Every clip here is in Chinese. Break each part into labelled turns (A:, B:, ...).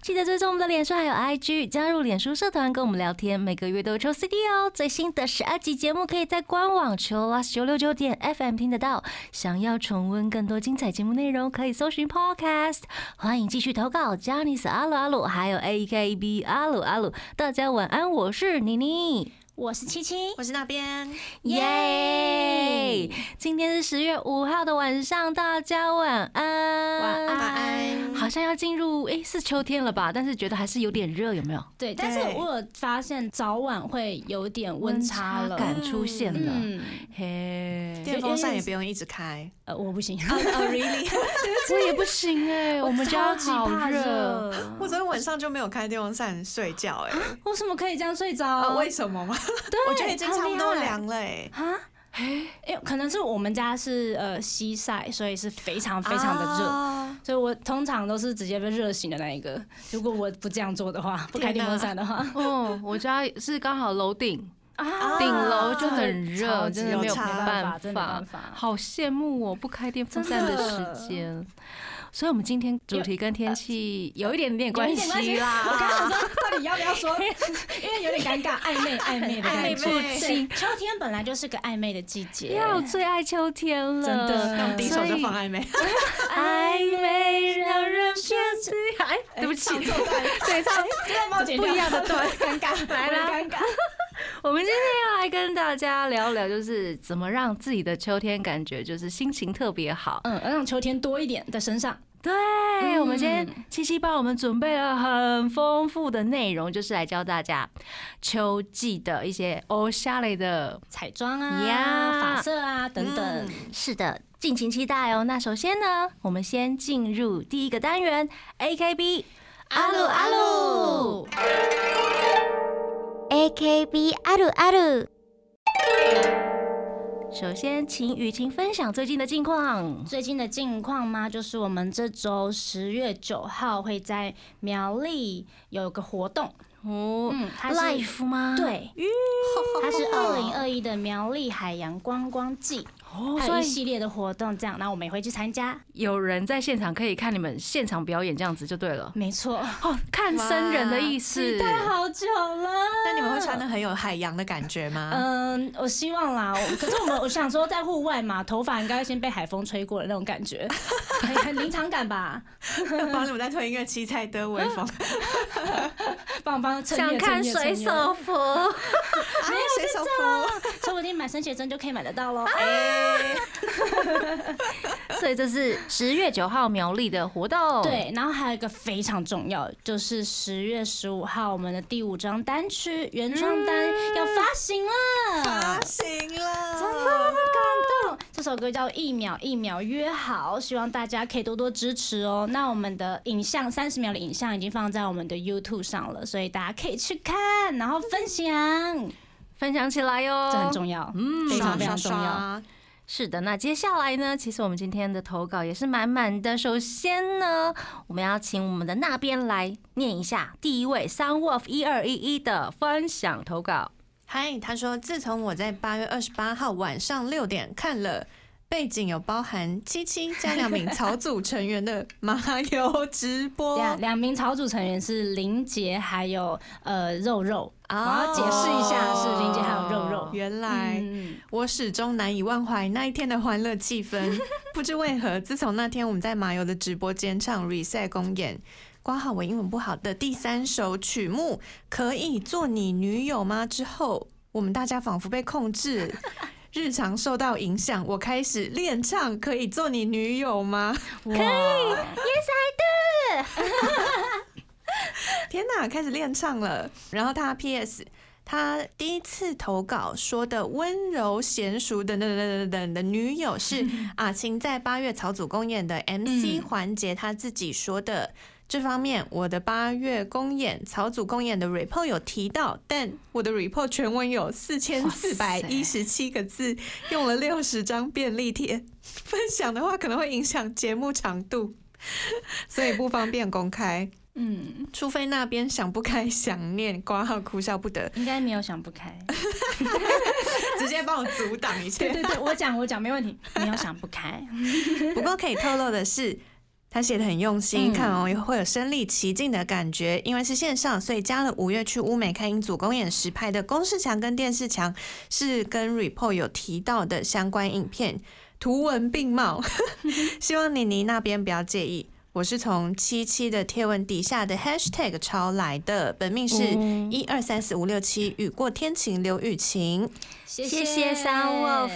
A: 记得追踪我们的脸书还有 IG，加入脸书社团跟我们聊天，每个月都有抽 CD 哦。最新的十二集节目可以在官网 Chillus 九六九点 FM 听得到。想要重温更多精彩节目内容，可以搜寻 Podcast。欢迎继续投稿 j a n i c e 阿鲁阿鲁，还有 AKB 阿鲁阿鲁。大家晚安，我是妮妮。
B: 我是七七，
C: 我是那边，
A: 耶！今天是十月五号的晚上，大家晚安。
B: 晚
C: 晚安。
A: 好像要进入诶，是秋天了吧？但是觉得还是有点热，有没有？
B: 对，但是我有发现早晚会有点温差了，
A: 感出现了。
B: 嗯，
A: 嘿，
C: 电风扇也不用一直开。
B: 呃，我不行，
C: 哦，really？
A: 我也不行哎、我们家
B: 超级
A: 好
B: 怕
A: 热。
B: 热，
C: 我昨天晚上就没有开电风扇睡觉，哎，
B: 为什么可以这样睡着
C: 啊，
B: 啊？
C: 为什么吗？
B: 对
C: 我觉得已经差不多
B: 好厉害
C: 凉了，哎，
B: 啊，哎，可能是我们家是呃西晒，所以是非常非常的热。
C: 热。
B: 所以我通常都是直接被热醒的那一个。如果我不这样做的话，不开电风扇的话，
A: 哦，我家是刚好楼顶，
B: 啊
A: 顶楼就很
B: 超
A: 热，
B: 级
A: 真的没有
C: 有差
A: 办
B: 真的没办法。
A: 好羡慕我不开电风扇的
B: 真的
A: 时间。所以，我们今天主题跟天气有一点点关
B: 有一
A: 系
B: 点关
A: 啦。
B: 我刚想说， 到底要不要说？因为有点尴尬，暧昧 暧昧的
C: 暧
B: 感
C: 昧
B: 觉。
C: 不
B: 对，秋天本来就是个暧昧的季节，
A: 呀，我最爱秋天了，
B: 真
C: 那
B: 的
C: 我们第一首就放暧昧，
B: 嗯
A: 暧昧让人偏执。哎，对不起，对，唱
B: 真的冒
A: 不一样的
B: 对， 尴尬，
A: 来啦
B: 了，尴尬。
A: 我们今天要来跟大家聊聊，就是怎么让自己的秋天感觉就是心情特别好。
B: 嗯，让秋天多一点在身上。
A: 对，我们今天七七帮我们准备了很丰富的内容，就是来教大家秋季的一些哦下来的
B: 彩妆啊
A: 呀
B: 发色啊等等，
A: 是的，敬请期待哦。那首先呢，我们先进入第一个单元 AKB 阿鲁阿鲁。
D: AKB あるある
A: 首先，请雨晴分享最近的近况。
B: 最近的近况吗？就是我们这周十月九号会在苗栗有个活动，
A: 哦、
B: 嗯，它是
A: l i f e 吗？，
B: 对，它 是二零二一的苗栗海洋观光季，
A: 哦，
B: 还
A: 所
B: 有一
A: 以
B: 系列的活动，这样，那我们也会去参加。
A: 有人在现场可以看你们现场表演，这样子就对 了。
B: 没错，
A: 哦，看生人的意思。
B: 好久了。
C: 那你们会穿的很有海洋的感觉吗？
B: 嗯，我希望啦。我可是我们，我想说，在户外嘛，头发应该先被海风吹过的那种感 觉，很很临场感吧？嗯
C: 帮你们在推一个七彩的微风，啊，
B: 帮帮趁
A: 想
B: 月
A: 看
B: 趁月趁
A: 水
B: 月
A: 手服，
B: 嗯 啊
C: 水手服，
B: 说不定买生写真就可以买得到喽。
C: 哎，
A: 所以这是十月九号苗栗的活动。，
B: 对，然后还有一个非常重要，就是十月十五号我们的第五张单曲原创单要发行了
C: 发。啊行了，
B: 动这首歌叫《一秒一秒约好》，希望大家可以多多支持哦。那我们的影像三十秒的影像已经放在我们的 YouTube 上了，所以大家可以去看，然后分享，
C: 嗯
A: 分享起来哟。
B: 这很重要，嗯，非常非常重要。
C: 刷。
A: 是的，那接下来呢？其实我们今天的投稿也是满满的。首先呢，我们要请我们的那边来念一下第一位 Sunwolf 一二一一的分享投稿。
C: 嗨，他说，自从我在八月二十八号晚上六点看了。背景有包含七七加两 名草组成员的麻油直播，
B: 两两名草组成员是林杰还有呃肉肉，
C: 哦
B: 我要解释一下是林杰还有肉肉。
C: 原来、
B: 嗯
C: 我始终难以忘怀那一天的欢乐气氛。不知为何，自从那天我们在麻油的直播间唱 reset 公演，挂号我英文不好的第三首曲目《可以做你女友吗》之后，我们大家仿佛被控制。日常受到影响，我开始练唱，可以做你女友吗？
B: 可以，
C: 天哪，开始练唱了。然后他 P.S. 他第一次投稿说的温柔娴熟等等等等等的女友是阿青在八月草组公演的 MC 环节他自己说的。这方面，我的八月公演、草组公演的 report 有提到，但我的 report 全文有四千四百一十七个字，用了六十张便利贴。分享的话可能会影响节目长度，所以不方便公开。
B: 嗯，
C: 除非那边想不开、想念、挂号、哭笑不得，
B: 应该没有想不 开。
C: 直接帮我阻挡一
B: 对
C: 切。
B: 对对，我讲我讲没问题，没有想不开。
C: 不过可以透露的是，他写的很用
B: 嗯
C: 心，看完也会有身临其境的感觉。因为是线上，所以加了五月去乌美看英组公演时拍的公式墙跟电视墙，是跟 report 有提到的相关影片，图文并 茂。希望妮妮那边不要介意。我是从七七的贴文底下的 hashtag 抄来的，本命是
A: 哦
C: 一二三四五六七，雨过天晴刘雨晴。
B: 谢
A: 谢谢 Sun Wolf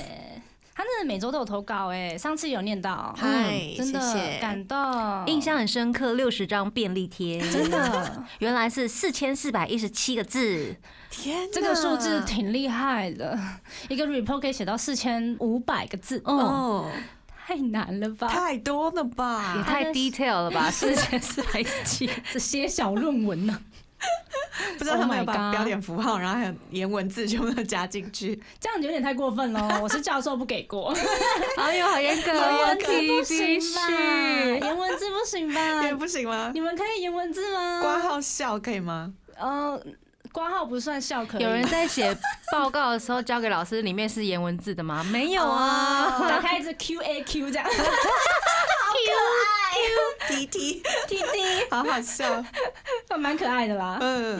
B: 他真的每周都有投稿哎、上次有念到，
C: 嗨，
B: 嗯真的
C: 嗯谢谢
B: 感动，
A: 印象很深刻，六十张便利贴，
B: 真的
A: 原来是四千四百一十七个字，
C: 天哪，
B: 这个数字挺厉害的，一个 report 可以写到四千五百个字，哦，
C: 哦，
B: 太难了吧？
C: 太多了吧？
A: 也太 detail 了吧？四千四百一十七，
B: 这些小论文呢、
C: 不知道
B: Oh
C: 他们有
B: my
C: 把
B: God
C: 标点符号，然后还有颜文字全部都加进 去。
B: 这样有点太过分了。我是教授不给过，
A: 哎呦，好严格
B: 颜
A: 哦，
B: 文字不
A: 必
B: 行吧？
A: 须。
B: 颜文字不行
C: 也
B: 吧？
C: 不行吗？
B: 你们可以颜文字吗？
C: 挂号笑可以吗？
B: 呃，挂号不算校可以。
A: 有人在写报告的时候交给老师，里面是颜文字的吗？没有啊。
B: 哦 打开一只 Q A Q 这样
C: 滴 滴，
B: ，T T，
C: 好好 笑。
B: 蛮可爱的啦。
C: 嗯，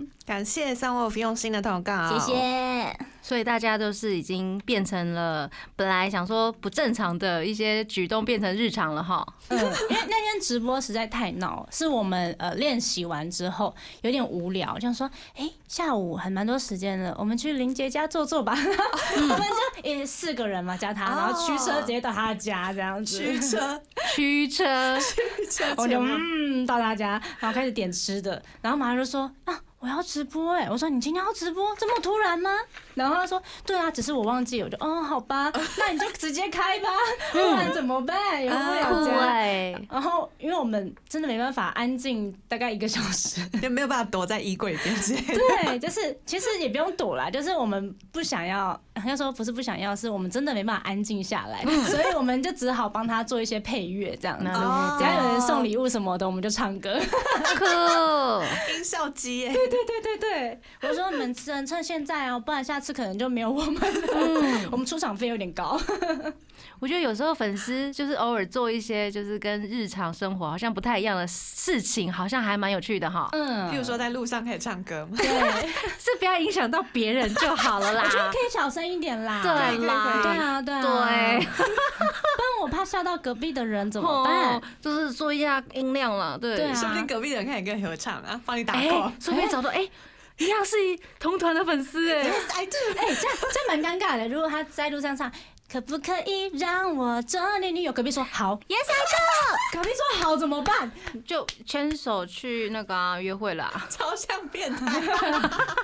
B: 嗯，
C: 感谢三 w o 用心的投稿，
B: 谢。谢。
A: 所以大家都是已经变成了本来想说不正常的一些举动变成日常了哈。
B: 嗯，因为那天直播实在太闹了，是我们呃练习完之后有点无聊，就说，哎、下午还蛮多时间了，我们去林杰家坐坐吧。
C: 嗯
B: 我们就也四个人嘛，加他，然后驱车直接到他家这样子。
C: 驱 车，
A: 驱车，
C: 驱车
B: 我
C: 节
B: 就
C: 目
B: 嗯到他家，然后开始点吃的，然后马上就说啊我要直播哎、我说你今天要直播这么突然吗？然后他说对啊，只是我忘记，我就哦 好吧，那你就直接开吧，不然怎么办？有没有
A: 酷
B: 这样？
A: 哎、
B: 然后因为我们真的没办法安静大概一个小 时，
C: 就没有办法躲在衣柜边之类的。
B: 对，就是其实也不用躲啦，就是我们不想要，要说不是不想要，是我们真的没办法安静下来，
A: 嗯
B: 所以我们就只好帮他做一些配乐这样子。
A: 哦
B: 只要有人送礼物什么的，我们就唱歌。
A: 酷，
C: 音效机耶，
B: 对对对，我说你们只能趁现在哦，不然下次可能就没有我们了。
A: 嗯
B: 我们出场费有点高。
A: 我觉得有时候粉丝就是偶尔做一些就是跟日常生活好像不太一样的事情，好像还蛮有趣的哈，
B: 嗯
C: 譬如说在路上可以唱歌吗？
B: 对，可
A: 是不要影响到别人就好了啦。
B: 以小声一点 啦。
A: 对
C: 可以可
B: 对
A: 啦，
B: 啊，对啊，
A: 对，
B: 不然我怕吓到隔壁的人怎么办
A: 哦？就是做一下音量了，对。
B: 对啊
C: 说不定隔壁的人可以跟你合唱啊，帮你打
A: 哎、
C: call。
A: 顺便找到哎、一样是同团的粉丝哎、
C: Yes, I do。
B: 哎，这样这样蛮尴尬的。如果他在路上唱，可不可以让我做你女友？隔壁说好，
A: 也想
B: 隔壁说好怎么办？
A: 就牵手去那个啊、约会啦、
C: 超像变态，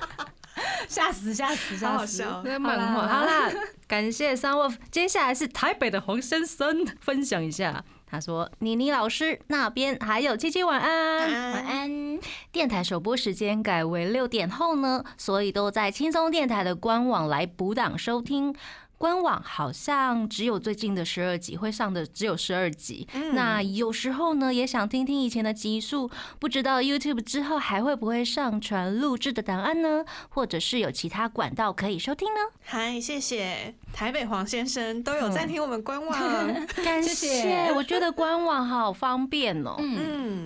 B: 吓死吓死
C: 好
B: 吓
C: 好
B: 死！
C: 笑。
A: 那漫画哦好啦，感谢三位。接下来是台北的黄先生分享一下，他说：“妮妮老师那边还有七七晚安。”
B: 晚安，
A: 电台首播时间改为六点后呢，所以都在轻松电台的官网来补档收听。官网好像只有最近的十二集会上的只有十二集，
C: 嗯
A: 那有时候呢也想听听以前的集数，不知道 YouTube 之后还会不会上传录制的档案呢，或者是有其他管道可以收听呢？
C: 嗨，谢谢台北黄先生都有
B: 嗯
C: 在听我们 官网。嗯
A: 感谢，
B: 谢
A: 我 觉得官网好方便哦、
B: 嗯，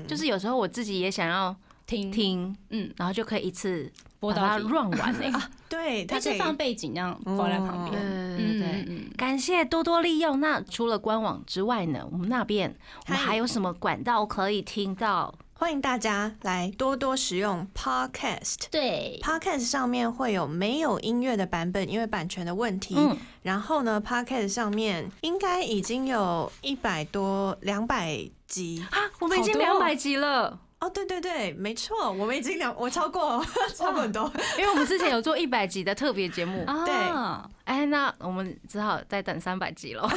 C: 嗯，
A: 就是有时候我自己也想要
B: 停，
A: 听，
B: 嗯，
A: 然后就可以一次
B: 播
A: 把
B: 到
A: 它
B: 底
A: run 完 哎、
B: 啊
C: 对，
B: 它
C: 他可
B: 是
C: 以
B: 放背景这样放在旁
A: 对
B: 边。
A: 对
B: 嗯
A: 对
B: 嗯。嗯，
A: 感谢多多利用。那除了官网之外呢，我们那边我们
C: 嗨
A: 还有什么管道可以听到？
C: 欢迎大家来多多使用 Podcast。
B: 对，
C: Podcast 上面会有没有音乐的版本，因为版权的问题。
A: 嗯
C: 然后呢，Podcast 上面应该已经有一百多、两百集。
A: 啊，我们已经
B: 好
A: 两
B: 多哦
A: 百集了，
C: 哦，对对对，没错，我们已经两，我超过， 超过很多。
A: 因为我们之前有做一百集的特别节目。
B: 啊，
C: 对
A: 哎，那我们只好再等三百集了。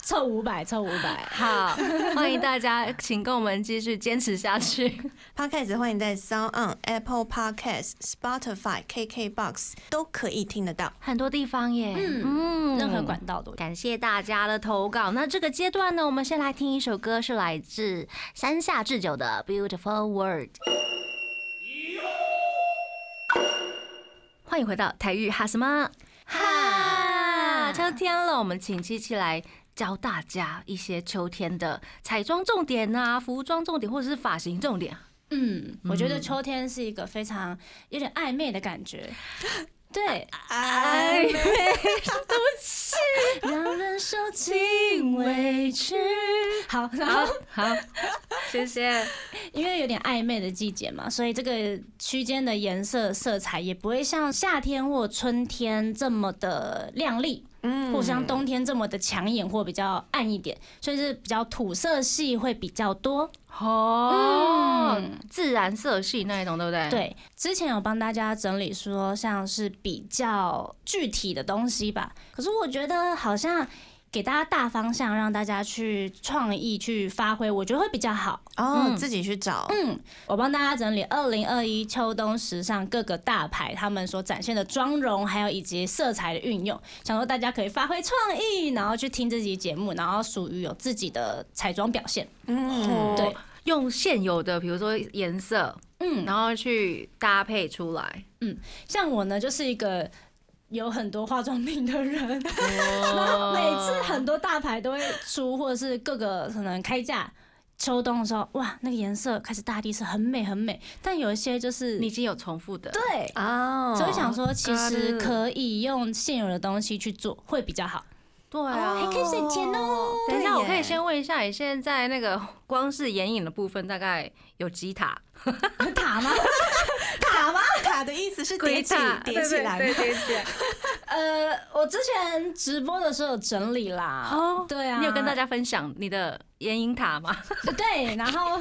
B: 凑五百，凑五百。
A: 好，欢迎大家，请跟我们继续坚持下去。
C: Podcast 欢迎在 Sound On、Apple Podcast、Spotify、KKBox 都可以听得到。
A: 很多地方耶，嗯
B: 任何管道都。
A: 感谢大家的投稿。那这个阶段呢，我们先来听一首歌，是来自山下智久的《Beautiful World》。欢迎回到台日哈什么
B: 啊
C: 啊
A: 哈，
B: 嗯
A: 秋天了，我们请七七来。教大家一些秋天的彩妆重点啊，服装重点，或者是发型重点。
B: 嗯，我觉得秋天是一个非常有点暧昧的感 觉。对，
C: 哎，
B: 让人受尽委屈。 好，然后
A: 好，谢谢。
B: 因为有点暧昧的季节嘛，所以这个区间的颜色色彩也不会像夏天或春天这么的亮丽，
C: 嗯
B: 或像冬天这么的抢眼或比较暗一点，所以是比较土色系会比较多。
A: 哦，
B: 嗯
A: 自然色系那一种，对不对？，
B: 对，之前有帮大家整理说，像是比较具体的东西吧。可是我觉得好像给大家大方向，让大家去创意去发挥，我觉得会比较好。
C: 哦
A: 嗯，
C: 自己去找。
B: 嗯，我帮大家整理二零二一秋冬时尚各个大牌他们所展现的妆容，还有以及色彩的运用，想说大家可以发挥创意，然后去听这集节目，然后属于有自己的彩妆表现。
C: 嗯，
B: 对，
A: 哦用现有的，比如说颜色，
B: 嗯，
A: 然后去搭配出来。
B: 像我呢，就是一个。有很多化妆品的人，然后
A: 哦
B: 每 次很多大牌都会出，或者是各个可能开价。秋冬的时候，哇，那个颜色开始大地是很美很美，但有一些就是
A: 你已经有重复的，
B: 对，
C: 哦，
B: 所以想说，其实
A: got it
B: 可以用现有的东西去做，会比较好。
A: 对啊。
B: 哎还可以省钱哦
A: 等一下，
C: 对
A: 我可以
C: 耶
A: 先问一下，你现在那个 光是眼影的部分大概有几塔？
B: 塔哦吗？
C: 卡吗？卡的意思是叠起
A: 塔，
C: 叠起来吗
A: 对，对叠起来。
B: 呃，我之前直播的时候有整理啦。
A: 哦
B: 对啊，
A: 你有跟大家分享你的眼影塔吗？
B: 对，然后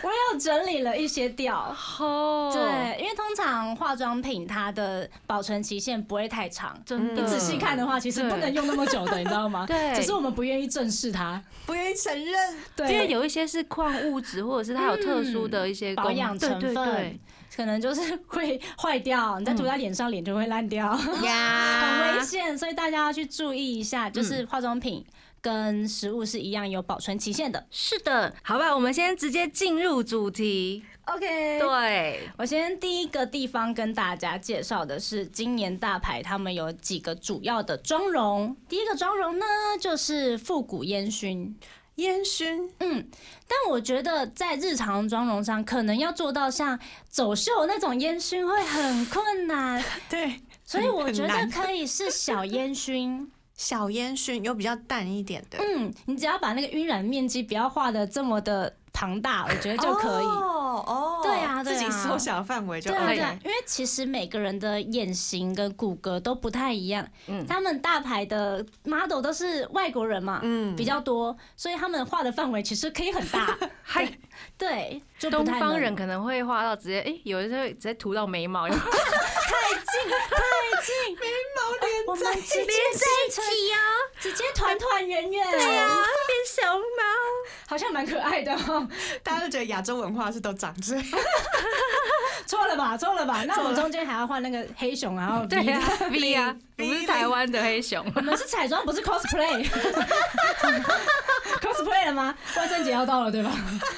B: 我有整理了一些掉。
A: 哦，
B: 对，因为通常化妆品它的保存期限不会太长，
A: 真的。
C: 你
B: 仔细看的话，其实不能用那么久的，你知道
A: 嗯
B: 吗？
A: 对
B: 只是我们不愿意正视它。
C: 不愿意承认。
B: 对，
A: 因为有一些是矿物质，或者是它有特殊的一些
B: 嗯保
A: 功
B: 养
A: 对
B: 成
A: 对
B: 分
A: 对嗯
B: 可能就是会坏掉，你再涂在脸上，脸就会烂掉，
A: 啊呀
B: 很危险。所以大家要去注意一下，就是
A: 嗯
B: 化妆品跟食物是一样有保存期限的。
A: 是的，好吧，我们先直接进入主题。
B: OK，
A: 对，
B: 我先第一个地方跟大家介绍的是今年大牌他们有几个主要的妆容。第一个妆容呢，就是复古烟熏。
C: 烟熏
B: 嗯，但我觉得在日常妆容上，可能要做到像走秀那种烟熏会很困 难，
C: 对，
B: 所以我觉得
C: 很难
B: 可以是小烟熏。
C: 小烟熏有比较淡一点的，
B: 嗯，你只要把那个晕染面积不要画的这么的庞大，我觉得就可以。
C: 哦哦，
B: 对啊对啊
C: 自己缩小范围就
B: 对啊，
A: 可以
B: 对
C: OK。
B: 啊，因为其实每个人的眼型跟骨骼都不太一样，
A: 嗯
B: 他们大牌的 model 都是外国人嘛，
C: 嗯
B: 比较多，所以他们画的范围其实可以很大，
A: 嗨，
B: 对，就不
A: 东
B: 太能
A: 方人可能会画到直接，哎、有的时候直接涂到眉毛，有没有
B: 我们直接在一起呀，哦直接团团圆圆，对啊呀、
A: 变小猫。
B: 好像蛮可爱的、哦，
C: 大家都觉得亚洲文化是都长这样，
B: 错了吧，错了吧，那我们中间还要换那个黑熊，然后
A: 对 呀、
B: V
A: 啊、，V 啊，我们是台湾的黑熊。
B: 我们是彩妆，不是 cosplay，cosplay 了吗？万圣节要到了，对吧？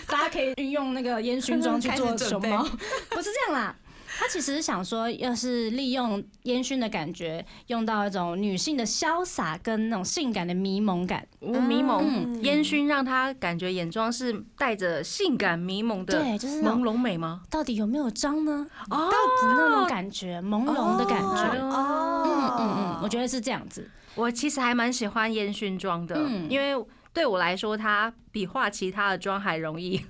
B: 大家可以运用那个烟熏妆去做熊猫
C: 开，
B: 不是这样啦。他其实是想说，要是利用烟熏的感觉，用到一种女性的潇洒跟那种性感的迷蒙感。
A: 哦迷
B: 嗯
A: 蒙烟熏让他感觉眼妆是带着性感迷蒙的
B: 对，就是那
A: 朦
B: 种
A: 胧美吗？
B: 到底有没有脏呢？
A: 哦
B: 到底那种感觉，朦胧的感觉。
C: 哦，
B: 嗯嗯嗯，我觉得是这样子。
A: 我其实还蛮喜欢烟熏妆的，
B: 嗯
A: 因为对我来说，它比画其他的妆还容易。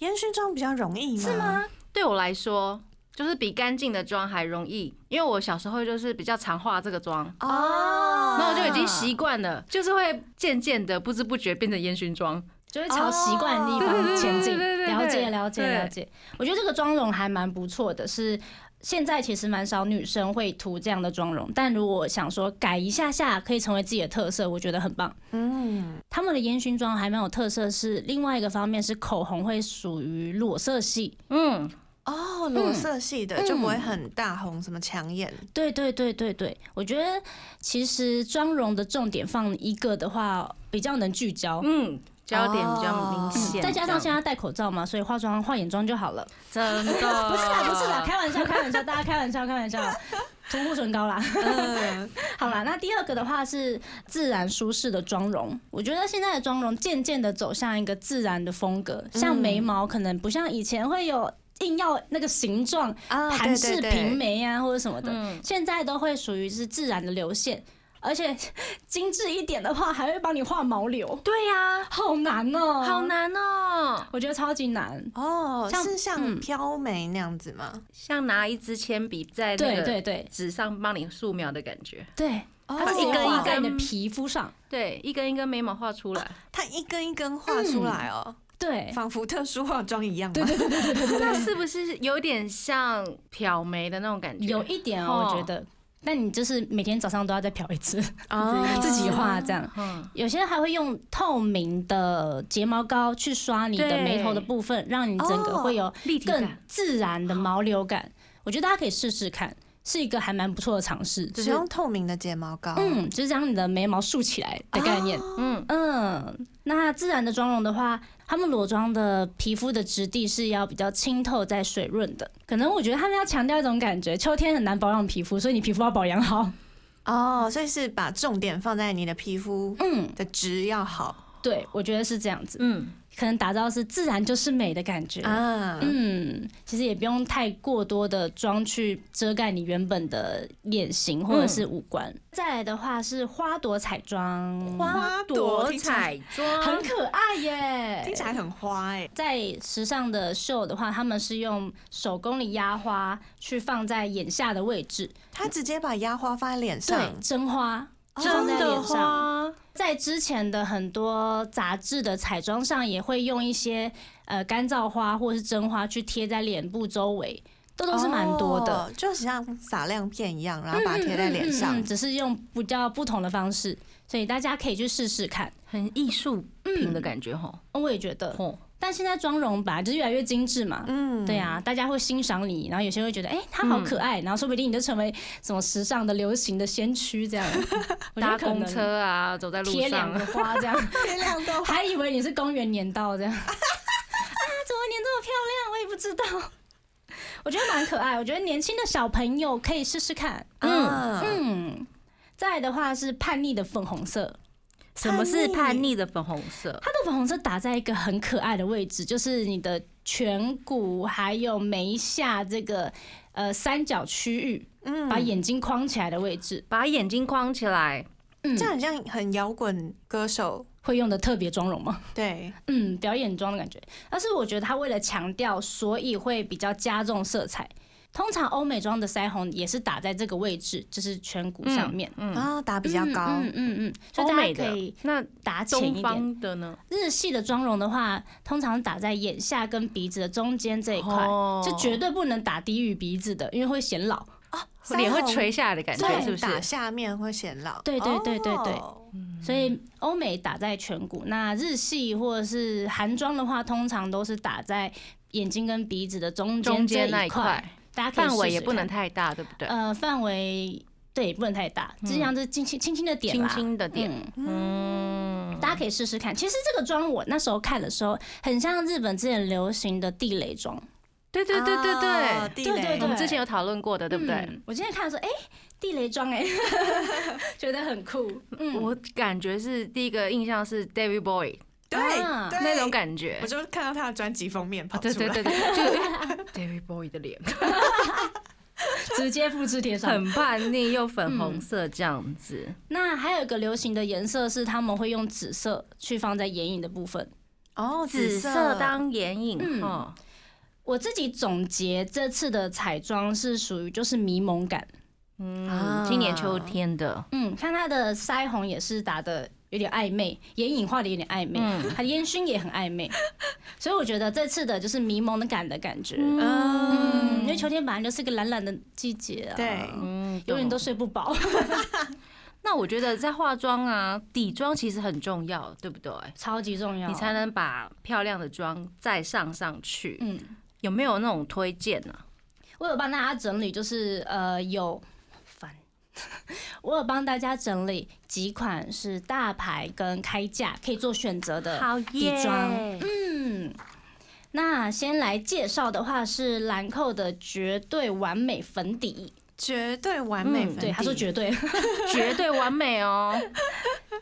C: 烟熏妆比较容易吗？是吗？
A: 对我来说，就是比干净的妆还容易，因为我小时候就是比较常化这个妆，
C: 哦，
A: 那我就已经习惯了，就是会渐渐的不知不觉变成烟熏妆。
B: 就是朝习惯的地
A: 哦
B: 方前
A: 对
B: 进，
A: 对对对对
B: 了解了解
A: 对
B: 了解。我觉得这个妆容还蛮不错的，是现在其实蛮少女生会涂这样的妆容，但如果想说改一下下，可以成为自己的特色，我觉得很棒。
C: 嗯，
B: 他们的烟熏妆还蛮有特色是，另外一个方面是口红会属于裸色系，
A: 嗯，
C: 哦，裸色系的、
B: 嗯
C: 就不会很大红，什么抢眼，
B: 对对对对对，我觉得其实妆容的重点放一个的话，比较能聚焦。嗯
A: 嗯，焦点比较明显，
B: 再加上现
A: 在
B: 在戴口罩嘛，所以化妆化眼妆就好了。
A: 真的
B: 不是啦，不是啦，开玩笑，开玩笑，大家开玩笑，开玩笑，涂护唇膏啦。
C: 嗯，
B: 好啦，那第二个的话是自然舒适的妆容。我觉得现在的妆容渐渐的走向一个自然的风格，像眉毛可能不像以前会有硬要那个形状，
C: 啊
B: 韩式平，眉啊或者什么的，
A: 嗯
B: 现在都会属于是自然的流线。而且 精致一点的话，还会帮你画毛流，
A: 对呀、
B: 好难哦、
A: 好，难哦，
B: 我觉得超级难。
C: 哦，
B: 像
C: 是像
B: 嗯
C: 飘眉那样子吗？
A: 像拿一支铅笔在那
B: 对
A: 个
B: 对对
A: 纸上帮你素描的感觉，
B: 对，
C: 哦
B: 它
A: 自
B: 是
A: 己
B: 一
A: 根
B: 根
A: 一
B: 一
A: 根
B: 根你的皮肤上，
A: 对，一根一根眉毛画出来，
C: 它一根一根画出来哦，
B: 嗯对，
C: 仿佛特殊化妆一样嘛。
A: 那是不是有点像漂眉的那种感觉？
B: 有一点哦，我
A: 哦
B: 觉得。但你就是每天早上都要再漂一次，
C: 哦
B: 自己画这样。
A: 嗯，
B: 有些还会用透明的睫毛膏去刷你的
A: 对
B: 眉头的部分，让你整个会有
A: 立体
B: 更
A: 感，
B: 自然的毛流感。我觉得大家可以试试看，是一个还蛮不错的尝试。
C: 使用透明的睫毛膏，
B: 嗯，就是将你的眉毛竖起来的概念。
A: 嗯，
B: 嗯，那自然的妆容的话，他们裸妆的皮肤的质地是要比较清透、再水润的。可能我觉得他们要强调一种感觉，秋天很难保养皮肤，所以你皮肤要保养好。
C: 哦，所以是把重点放在你的皮肤
B: 嗯，
C: 的质要好
B: 对，我觉得是这样子，
A: 嗯，
B: 可能打造是自然就是美的感觉。
C: 啊。
B: 嗯，其实也不用太过多的妆去遮盖你原本的脸型或者是五官。嗯再来的话是花朵彩妆，
C: 花朵
A: 朵
C: 听起来
A: 彩妆
B: 很，可爱耶，
C: 听起来很花哎、
B: 在时尚的秀的话，他们是用手工的压花去放在眼下的位置，
C: 他直接把压花放在脸
B: 对
C: 上，，
B: 真花
C: 哦
B: 放
A: 真
B: 在
A: 的
B: 脸上。
A: 花，
B: 在之前的很多杂志的彩妆上，也会用一些呃干燥花或是真花去贴在脸部周围，都都是蛮多的。
C: 哦，就是像撒亮片一样，然后把它贴在
B: 嗯
C: 脸
B: 嗯
C: 上
B: 嗯，只是用比较不同的方式，所以大家可以去试试看。嗯
A: 很艺术品的感觉吼，
B: 我也觉得，
A: 吼，
B: 但现在妆容吧，就是越来越精致嘛，
C: 嗯，
B: 对啊，大家会欣赏你，然后有些会觉得，哎、她好可
A: 嗯
B: 爱，然后说不定你就成为什么时尚的、流行的先 驱这样。嗯我觉
A: 搭
B: 得可能
A: 公车啊，走在路
B: 贴
A: 上
B: 两个，花这样，
C: 贴亮的
B: 还以为你是公园年到这样。啊， 怎么年这么漂亮？我也不知道。我觉得蛮可爱，我觉得年轻的小朋友可以试试看。
C: 嗯，
B: 嗯，再来的话是叛逆的粉红色，
A: 什么是叛逆的粉红色？
B: 它的粉红色打在一个很可爱的位置，就是你的颧骨还有眉下这个呃三角区域。
C: 嗯
B: 把眼睛框起来的位置，
A: 把眼睛框起来，
B: 嗯
C: 这，样很像很摇滚歌手，
B: 会用的特别妆容吗？
C: 对，
B: 嗯，表演妆的感觉。但是我觉得他为了强调，所以会比较加重色彩。通常欧美妆的腮红也是打在这个位置，就是颧骨上面，
C: 然
A: 嗯，
C: 后打比较高，
B: 嗯嗯嗯，所以
A: 欧
B: 大
A: 美
B: 家可以
A: 的那
B: 打浅
A: 东
B: 一点。
A: 方的呢？
B: 日系的妆容的话，通常打在眼下跟鼻子的中间这一块，
A: 哦
B: 是绝对不能打低于鼻子的，因为会显老。
C: 哦腮
A: 哦脸会
C: 红
A: 垂下来的感觉，
B: 对
A: 是不是？
C: 打下面会显老，
B: 对对对对对
C: 哦
B: 所以欧美打在颧骨，那日系或者是韩妆的话，通常都是打在眼睛跟鼻子的中
A: 中
B: 间这
A: 间那
B: 一
A: 一
B: 块
A: 块，，
B: 大家可以
A: 范围
B: 试试
A: 也不能
B: 看
A: 太大，对不对？
B: 呃范围对不能太大，
A: 嗯
B: 只想是轻轻轻轻的点
A: 轻
B: 啦，
A: 轻的点，
B: 嗯。
A: 嗯，
B: 大家可以试试看，其实这个妆我那时候看的时候，很像日本之前流行的地雷妆，
A: 对对对对
C: 哦
A: 对，
C: 地
B: 对对
C: 雷
A: 我
B: 对
A: 们之前有讨论过的，对不对？
B: 嗯我今天看的时候，哎、地雷妆哎、 觉得很酷。嗯，
A: 我感觉是第一个印象是 David Bowie
C: 对
B: 啊
C: 对
A: 那种感觉
C: 我，就看到他的专辑封面 跑
A: 啊
C: 出来，
A: 对对对对， 就 David Bowie 的脸，
B: 直接复制贴上。
A: 很叛逆又粉红色这样子，
B: 那还有一个流行的颜色是他们会用紫色去放在眼影的部分。
C: 哦，
A: 紫色当眼影
B: 嗯
A: 哦，
B: 我自己总结这次的彩妆是属于就是迷蒙感，
A: 嗯，
C: 啊
A: 今年秋天的，
B: 嗯，看她的腮红也是打的有点暧昧，眼影画的有点暧昧，
A: 嗯
B: 她的烟熏也很暧昧，所以我觉得这次的就是迷蒙的感的感觉。嗯
C: 嗯，
B: 因为秋天本来就是个懒懒的季节啊，
C: 对，
A: 嗯，
B: 永远
A: 懂
B: 都睡不饱，
A: 那我觉得在化妆啊，底妆其实很重要，对不对？
B: 超级重要。
A: 你才能把漂亮的妆再上上去。
B: 嗯，
A: 有没有那种推荐呢、啊？
B: 我有帮大家整理，就是呃有烦， 我有帮大家整理几款是大牌跟开价可以做选择的。
A: 好
B: 耶 嗯，那先来介绍的话是兰蔻的绝对完美粉底，
C: 绝对完美粉底。
B: 对，他说绝对。
A: 绝对完美哦！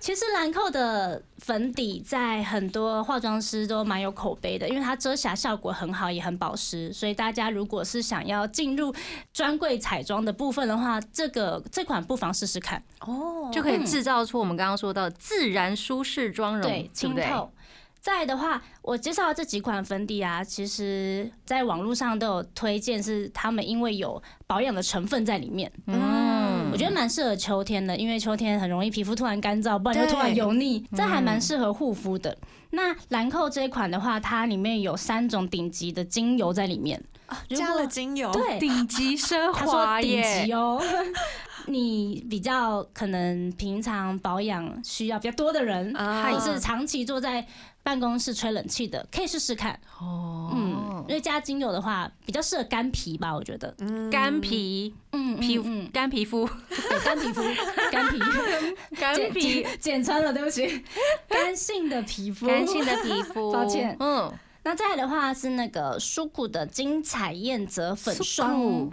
B: 其实兰蔻的粉底在很多化妆师都蛮有口碑的，因为它遮瑕效果很好，也很保湿。所以大家如果是想要进入专柜彩妆的部分的话，这个这款不妨试试看。
C: 哦，
A: 就可
B: 嗯
A: 以制造出我们刚刚说到的自然舒适妆容，
B: 对，
A: 对
B: 清
A: 不对？
B: 透。再来的话，我介绍的这几款粉底啊，其实在网络上都有推荐，是他们因为有保养的成分在里面，
A: 嗯
B: 我，觉得蛮适合秋天的，因为秋天很容易皮肤突然干燥，不然
C: 对
B: 就突然油腻，这还
A: 嗯
B: 蛮适合护肤的。那兰蔻这一款的话，它里面有三种顶级的精油在里面，
C: 啊
B: 如
C: 加
B: 果
C: 了
A: 哦
C: 精油，
B: 对，
A: 顶级奢
B: 他说
A: 华
B: 顶
A: 耶
B: 级！哦。 你比较可能平常保养需要比较多的人，
C: 啊
B: 或是长期坐在办公室吹冷气的，可以试试看。嗯
A: 哦，，
B: 因为加精油的话，比较适合干皮吧，我觉得。
A: 干皮
B: 嗯，嗯
A: 皮
B: 嗯，
A: 干皮肤，
B: 对，干 皮肤，干皮。
A: 干
B: 剪
A: 皮
B: 剪穿了，对 不起，干性的皮肤。
A: 干性的皮肤，
B: 抱歉
A: 嗯，
B: 那再来的话是那个舒谷的精彩燕泽粉霜
A: 酷。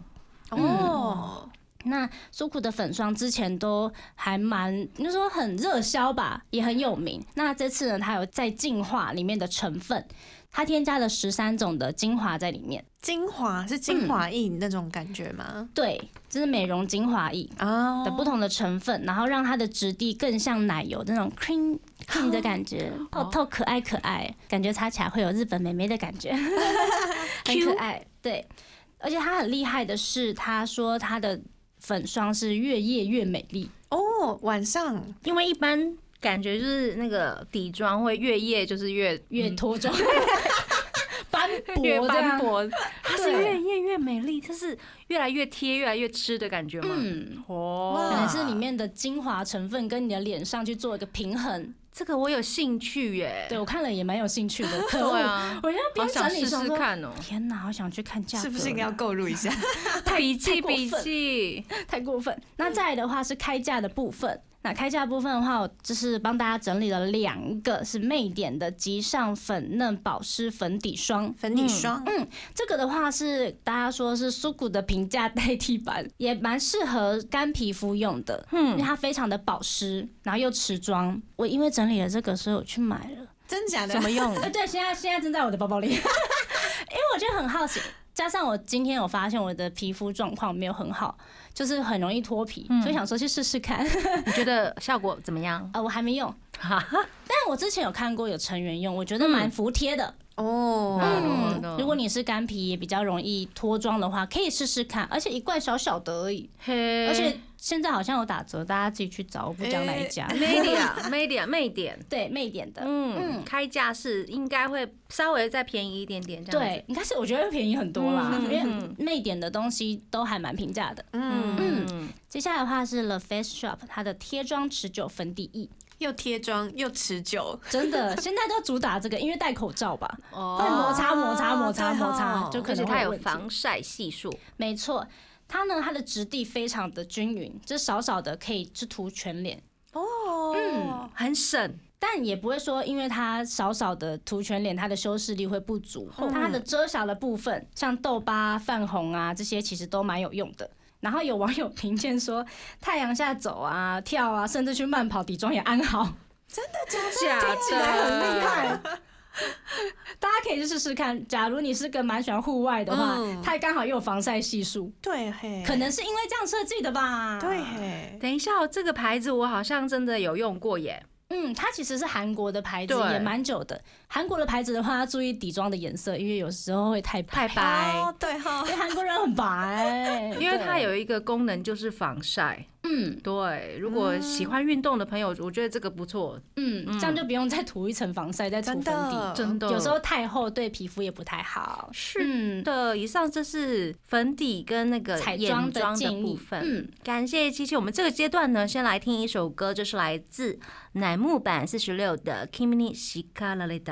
C: 哦，
B: 那舒谷的粉霜之前都还蛮，你说很热销吧，也很有名。那这次呢，它有在净化里面的成分，它添加了十三种的精华在里面，
C: 精华是精
A: 嗯
C: 华液那种感觉吗？
B: 对，这是美容精华液
A: 哦
C: 啊
B: 的不同的成分，然后让它的质地更像奶油那种 cream cream 的感觉，
A: 哦
B: 透透可爱可爱，感觉擦起来会有日本美眉的感觉，很可爱。对，而且它很厉害的是，他说它的粉霜是越夜越美丽，
C: 哦，晚上
A: 因为一般感觉就是那个底妆会越夜就是越嗯
B: 越脱妆。 斑驳
A: 越
B: 这
A: 斑
B: 样，
A: 驳，它是
B: 对
A: 越夜越美丽，就是越来越贴越来越吃的感觉吗？
B: 嗯，可
A: 哦
B: 能，是里面的精华成分跟你的脸上去做一个平衡。
A: 这个我有兴趣耶。
B: 对我看了也蛮有兴趣的，可恶！
A: 啊，
B: 我要边
A: 好
B: 整
A: 想
B: 理
A: 试
B: 想
A: 试
B: 说，
A: 看哦。
B: 天哪，好想去看价格，
C: 是不是应该要购入 一下？
A: 笔记
B: 太过
A: 笔
B: 分
A: 记，
B: 太过分。那再来的话是开价的部分。那开价部分的话，我就是帮大家整理了两个是魅点的极上粉嫩保湿粉底霜。
C: 粉底霜，
A: 嗯
B: 这个的话是大家说是苏谷的平价代替版，也蛮适合干皮肤用的，
A: 嗯
B: 因为它非常的保湿，然后又持妆。我因为整理了这个，所以我去买了。
C: 真假的
A: 怎？么用？
B: 呃，对，现在现在正在我的包包里， 因为我觉得很好奇，加上我今天有发现我的皮肤状况没有很好，就是很容易脱皮，
A: 嗯
B: 所以想说去试试看。
A: 你觉得效果怎么样？
B: 啊，我还没用，
A: 哈哈，
B: 但我之前有看过有成员用，我觉得蛮服帖的。
C: 哦，
A: 嗯
B: 如果你是干皮也比较容易脱妆的话，可以试试看，而且一罐小小的而已，
A: 嘿，
B: 而且现在好像有打折，大家自己去找，我不讲哪一家。
A: media media 魅点，
B: 对，魅点的。
A: 嗯，开价是应该会稍微再便宜一点点，这样子。
B: 对，应该是我觉得便宜很多啦，
A: 嗯
B: 因为魅点的东西都还蛮平价的。
C: 嗯，
A: 嗯，
B: 接下来的话是 The Face Shop 它的贴妆持久粉底液，
C: 又贴妆又持久，
B: 真的现在都主打这个，因为戴口罩吧，会
A: 哦，
B: 摩擦摩擦摩擦
C: 对哦
B: 摩擦，就可
A: 而且
B: 能
A: 它
B: 会
A: 有
B: 问题
A: 防晒系数，
B: 没错，它呢，它的质地非常的均匀，就是少少的可以去涂全脸，
C: 哦，
A: 很省，
B: 但也不会说因为它少少的涂全脸，它的修饰力会不足。
C: 嗯
B: 它的遮瑕的部分，像痘疤、泛红啊这些，其实都蛮有用的。然后有网友评鉴说，太阳下走啊、跳啊，甚至去慢跑，底妆也安好，
A: 假
B: 很厉
A: 的，
B: 害。大家可以去试试看，假如你是个蛮喜欢户外的话，
C: 嗯
B: 它刚好又有防晒系数，
C: 对嘿，啊
B: 可能是因为这样设计的吧？
C: 对嘿，
A: 等一下哦，这个牌子我好像真的有用过耶。
B: 嗯，它其实是韩国的牌子，
A: 对
B: 也蛮久的。韩国的牌子的话，要注意底妆的颜色，因为有时候会太白，
A: 太白，
C: 哦对哈
A: ，
B: 因，为韩国人很白
A: 因为它有一个功能就是防晒，
B: 嗯
A: 对，如果喜欢运动的朋友，我觉得这个不错，
B: 嗯，这样就不用再涂一层防晒，再涂粉
C: 真
B: 底。
C: 的，
A: 真的。
B: 有时候太厚对皮肤也不太好。
A: 是
B: 嗯，
A: 的，以上这是粉底跟那个
B: 彩
A: 眼
B: 妆
A: 妆的
B: 建
A: 部
B: 议，
A: 分。
B: 嗯，
A: 感谢七七。我们这个阶段呢，先来听一首歌，这是来自乃木坂四十六的《Kimi Shika La Leda》。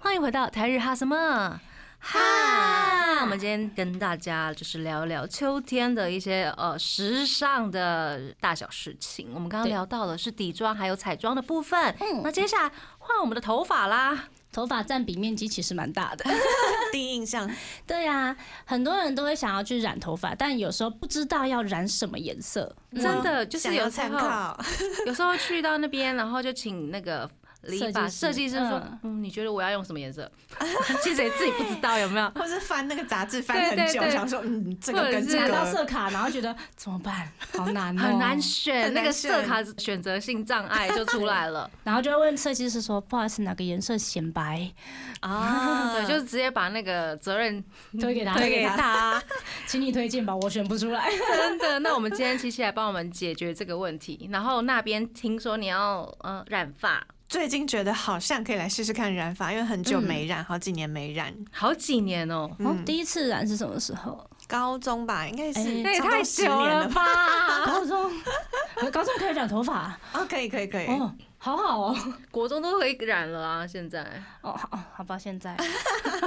A: 欢迎回到台日哈什么哈？我们今天跟大家就是聊聊秋天的一些呃时尚的大小事情。我们刚刚
B: 对
A: 聊到了是底妆还有彩妆的部分，
B: 嗯
A: 那接下来换我们的头发啦。
B: 头发占比面积其实蛮大的。
A: 嗯
C: 第一印象
B: 对啊，很多人都会想要去染头发，但有时候不知道要染什么颜色。 嗯
A: 真的就是
C: 嗯想
A: 有时
C: 要
A: 候
C: 参考，
A: 有时候去到那边，然后就请那个理发设
B: 设
A: 计
B: 计
A: 师
B: 师
A: 说
B: 嗯：“
A: 嗯，你觉得我要用什么颜色？” 其实也自己不知道有没有。
C: 或是翻那个杂志翻
A: 对
C: 很
A: 对
C: 久，
A: 对
C: 想说嗯，这个
A: 或者
C: 跟
A: 是
C: 这
B: 拿到
C: 个
B: 色卡，然后觉得怎么办？好难、哦，
A: 很难。选，
C: 很
A: 那
C: 难
A: 个
C: 选
A: 色卡选择性障碍就出来了
B: 然后就会问设计师说：“不好意思，哪个颜色显白
A: 啊！
C: 嗯
A: 对，就是直接把那个责任
B: 推给他，
A: 嗯 推给，他。
B: 请你推荐吧，我选不出来。
A: 真的，那我们今天琪琪来帮我们解决这个问题。然后那边听说你要呃染发，
C: 最近觉得好像可以来试试看染发，因为很久没染，好几年没染。
A: 好几年哦、
B: 哦
C: 嗯，，
B: 第一次染是什么时候？
C: 高中吧，应该是
B: 哎
A: 那也
C: 差不多
A: 太
C: 十
A: 久
C: 年
A: 了
C: 了吧？
A: 吧？
B: 高中，高中可以染头发
C: 哦，可以可以可以，
B: 哦，好好哦。
A: 国中都可以染了啊，现在。
B: 哦，好，好吧，现在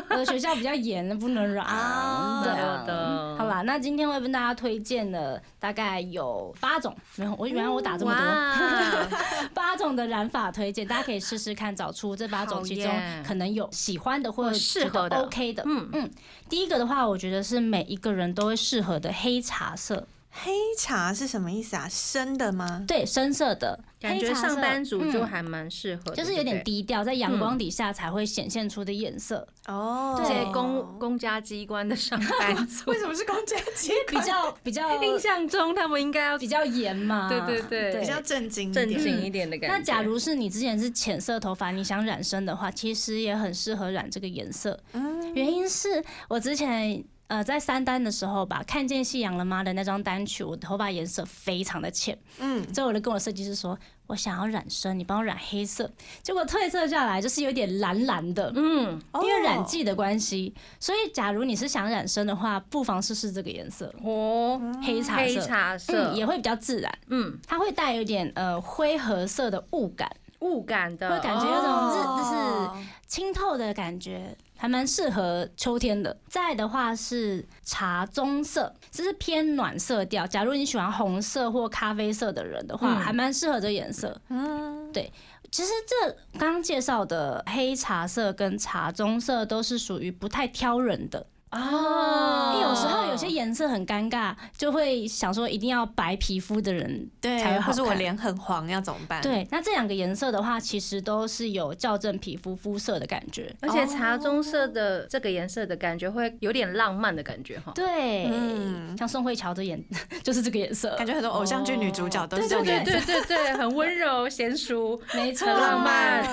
B: 我的学校比较严，不能染。
C: 啊
B: 对
A: 好的
B: 啊，好啦，那今天我也跟大家推荐了大概有八种，没有，我原来我打这么多，
A: 嗯哇，
B: 八种的染发推荐，大家可以试试看，找出这八
A: 好
B: 种其
A: 耶
B: 中可能有喜欢的或
A: 或
B: 者
A: 哦适合的
B: 觉得 OK 的。
A: 嗯
B: 嗯，第一个的话，我觉得是每一个人都会适合的黑茶色，
C: 黑茶是什么意思啊？生的吗？
B: 对，深色的，
A: 感觉
B: 黑茶色
A: 上班族就
B: 嗯
A: 还蛮适合的，
B: 就是有点
A: 低，
B: 低调，在
A: 嗯
B: 阳光底下才会显现出的颜色，
C: 哦，
A: 这些
B: 对
A: 公公家机关的上 班族
C: 为，什么是公家机
B: 比
C: 关？
B: 较比较
A: 印象中他们应该要
B: 比较啊严嘛。
A: 对对对
C: 比较震惊一
A: 正
C: 点，
A: 经一点的感觉。
B: 嗯那假如是你之前是浅色头发，你想染深的话，其实也很适合染这个颜色。
C: 嗯
B: 原因是我之前呃在三单的时候吧，看见夕阳了吗的那张单曲，我头发颜色非常的浅，
C: 嗯，
B: 所以我就跟我设计师说，我想要染深，你帮我染黑色。结果褪色下来就是有点蓝蓝的，
A: 嗯，
B: 因为染
C: 哦
B: 剂的关系。所以假如你是想染深的话，不妨试试这个颜色，
A: 哦，
B: 黑茶
A: 黑
B: 色。
A: 茶
B: 嗯，
A: 色，
B: 也会比较自然，
A: 嗯，
B: 它会带有点呃灰褐色的雾感，
A: 雾感的，
B: 会感觉
A: 哦
B: 有种日就是
C: 哦
B: 清透的感觉，还蛮适合秋天的。再来的话是茶棕色，这是偏暖色调。假如你喜欢红色或咖啡色的人的话，
A: 嗯
B: 还蛮适合这个颜色。
C: 嗯
B: 其实这刚介绍的黑茶色跟茶棕色都是属于不太挑人的，因
A: 哦，
B: 哎为有时候有些颜色很尴尬，就会想说一定要白皮肤的人才
C: 对，
B: 会好
C: 或是我
B: 看
C: 脸很黄要怎么
A: 嗯
C: 办？，
B: 对，那这两个颜色的话，其实都是有校正皮肤肤色的感觉。
A: 而且茶棕色的这个颜色的感觉会有点浪漫的感觉哈。
B: 对，
C: 嗯
B: 像宋慧乔的颜 就是这个颜色，
C: 感觉很多偶像剧女主角都是
A: 对
C: 这种
A: 对
C: 颜色，
A: 对对对，很温柔娴熟，
B: 没错，
A: 很浪漫。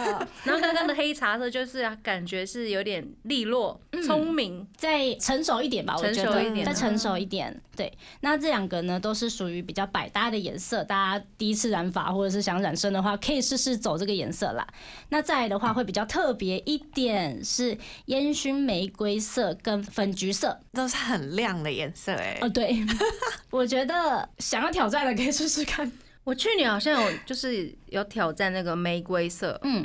A: 然后刚刚的黑茶色就是感觉是有点利落、
B: 嗯
A: 聪明，
B: 再成熟一点吧，我
A: 成
B: 觉
A: 熟
B: 得
A: 一点
B: 再
A: 的。嗯
B: 成熟一点。对，那这两个呢都是属于比较百搭的颜色，大家第一次染发或者是想染深的话，可以试试走这个颜色啦。那再来的话会比较特别一点是烟熏玫瑰色跟粉橘色。
C: 都是很亮的颜色哎
B: 哦，。对， 我觉得想要挑战的可以试试看。
A: 我去年好像有 就是有挑战那个玫瑰色，
B: 嗯，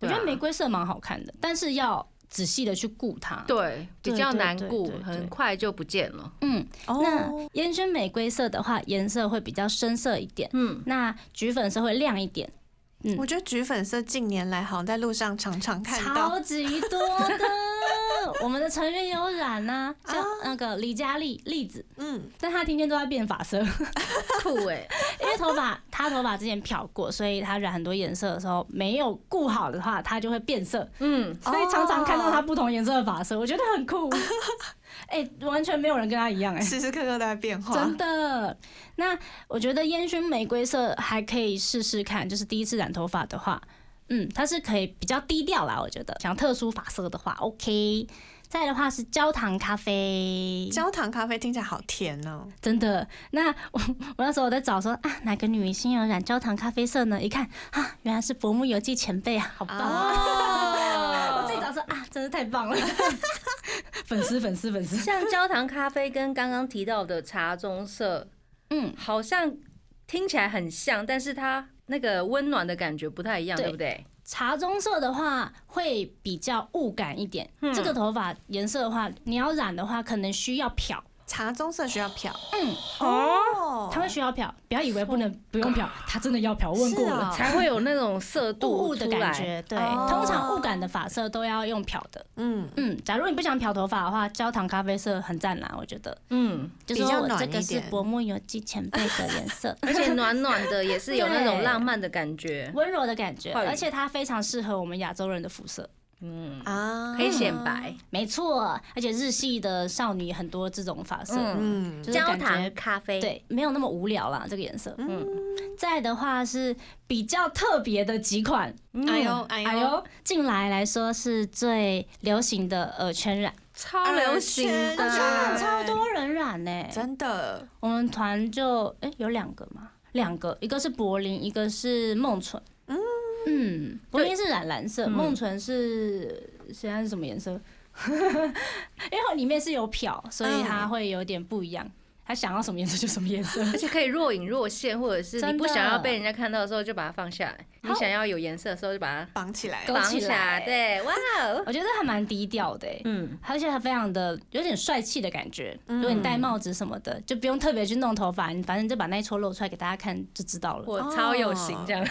B: 我
A: 对
B: 觉
A: 啊
B: 得玫瑰色蛮好看的，但是要仔细的去顾它。
A: 对，
B: 对
A: 比较难顾
B: 对对，对
A: 很快就不见了。
B: 嗯，那
C: 哦，
B: 烟熏玫瑰色的话，颜色会比较深色一点，
A: 嗯，
B: 那橘粉色会亮一点，
C: 我觉得橘粉色近年来好像在路上常常看到
B: 超级多的。 我们的成员也有染呐、
C: 啊
B: 像那个李佳丽栗子，
C: 嗯，
B: 但她天天都在变发 色，因
A: 酷哎，
B: 为头发她头发之前漂过，所以她染很多颜色的时候没有顾好的话，她就会变色，
A: 嗯，
B: 所以常常看
C: 哦
B: 到她不同颜色的发色，我觉得很 酷。哎、完全没有人跟她一样哎、
C: 时时刻刻都在变化，
B: 真的，那我觉得烟熏玫瑰色还可以试试看，就是第一次染头发的话，嗯，它是可以比较低调啦。我觉得想要特殊发色的话，OK。再来的话是焦糖咖啡，
C: 焦糖咖啡听起来好甜哦，
B: 真的。那我我那时候我在找说啊，哪个女明星有染焦糖咖啡色呢？一看啊，原来是《薄暮游记》前辈啊，好棒啊！ 我自己找说啊，真是太棒了， 粉丝粉丝粉丝，
A: 像焦糖咖啡跟刚刚提到的茶棕色，
B: 嗯，
A: 好像听起来很像，但是它那个温暖的感觉不太一样，
B: 对
A: 对不对？
B: 茶棕色的话会比较雾感一点，这个头发颜色的话，你要染的话可能需要漂，
C: 茶棕色需要漂
B: 嗯，
C: 哦
B: 他们需要漂，不要以为不能不用漂，他真的要漂，我问过了。
A: 才会有那种色
B: 雾
A: 度
B: 雾的
A: 出来
B: 感。觉，对，
C: 哦
B: 通常雾感的发色都要用漂的。
C: 嗯，
B: 嗯，假如你不想漂头发的话，焦糖咖啡色很赞啦，我觉得。
A: 嗯，，
B: 就是
C: 比较
B: 说我
C: 暖
B: 这
C: 一
B: 个是
C: 点
B: 薄暮游记前辈的颜色
A: 而且暖暖的，也是有那种
B: 对
A: 浪漫的感觉。
B: 温柔的感觉，
A: 哎
B: 而且它非常适合我们亚洲人的肤色。
A: 嗯，
C: 啊，
A: 可以显白。
B: 没错，而且日系的少女很多这种发色，
A: 嗯
C: 嗯，
B: 就是感觉
A: 咖啡，
B: 对，没有那么无聊啦，这个颜色。
A: 嗯，
B: 再的话是比较特别的几款，
A: 嗯
C: 哎呦哎
B: 哎
C: 呦，
B: 呦，近来来说是最流行的耳圈染，
A: 超流行
C: 耳圈
B: 耳圈染
C: 啊
A: 的，
B: 超多人染呢、
C: 真的
B: 我们团就哎、有两个嘛，两个，一个是柏林，一个是梦纯。嗯，柏林是染蓝色，
A: 嗯
B: 梦纯是现在是什么颜色？ 因为里面是有漂，所
C: 嗯
B: 以它会有点不一样。它想要什么颜色就什么颜 色。
A: 而且可以若隐若现，或者是
B: 真的
A: 你不想要被人家看到的时候就把它放下来，你想要有颜色的时候就把
C: 绑起来
B: 勾
A: 它
B: 起
A: 绑起来。
B: 来
A: 对，哇哦，
B: 我觉得还蛮低调的、欸，
A: 嗯，
B: 而且它非常的有点帅气的感觉。
C: 嗯
B: 如果你戴帽子什么的，就不用特别去弄头发，你反正就把那一撮露出来给大家看就知道了。
A: 我超有型
B: 哦
A: 这样。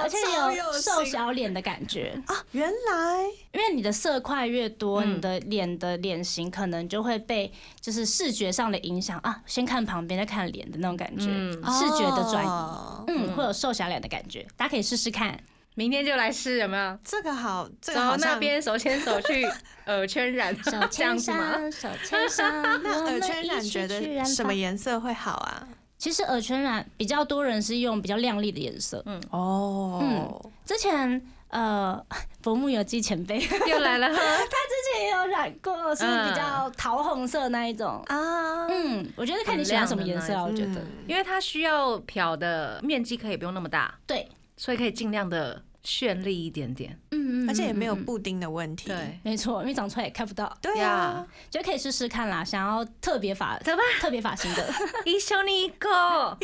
B: 而且
C: 超
B: 有
C: 有
B: 瘦
C: 型
B: 小脸的感觉，
C: 啊，原来
B: 因为你的色块越多，
A: 嗯
B: 你的脸的脸型可能就会被就是视觉上的影响啊，先看旁边再看脸的那种感觉，
A: 嗯
B: 视觉的转
C: 哦
B: 移，
C: 移，
B: 嗯，会有瘦小脸的感觉，大家可以试试看。
A: 明天就来试，有没有？
C: 这个好，这个
A: 走
C: 好
A: 那
C: 像
A: 边手牵手去耳圈染，
B: 手
A: 这样
B: 牵
A: 子吗？
B: 上，手牵上，
C: 那
B: 我们
C: 耳圈染
B: 一起去
C: 觉得
B: 染
C: 什么
B: 发？
C: 颜色会好啊？
B: 其实耳圈染比较多人是用比较亮丽的颜色，
C: 哦，
B: 之前。呃，薄暮游记前辈之
A: 又来了哈，
B: 前也有染过，是比较桃红色那一种。
C: 啊，
B: 嗯，我觉得看你喜欢什么颜色啊，我觉得。
C: 嗯
A: 因为它需要漂的面积可以不用那么大，
B: 对，
A: 所以可以尽量的绚丽一点点。
B: 嗯，嗯
C: 而且也没有
B: 嗯嗯
C: 布丁的问题。
A: 对，
B: 没错，因为长出来也看不到，
C: 对啊，
B: 就可以试试看啦。想要特别发，
A: 走吧，
B: 特别发型 的。
A: 一休你一个，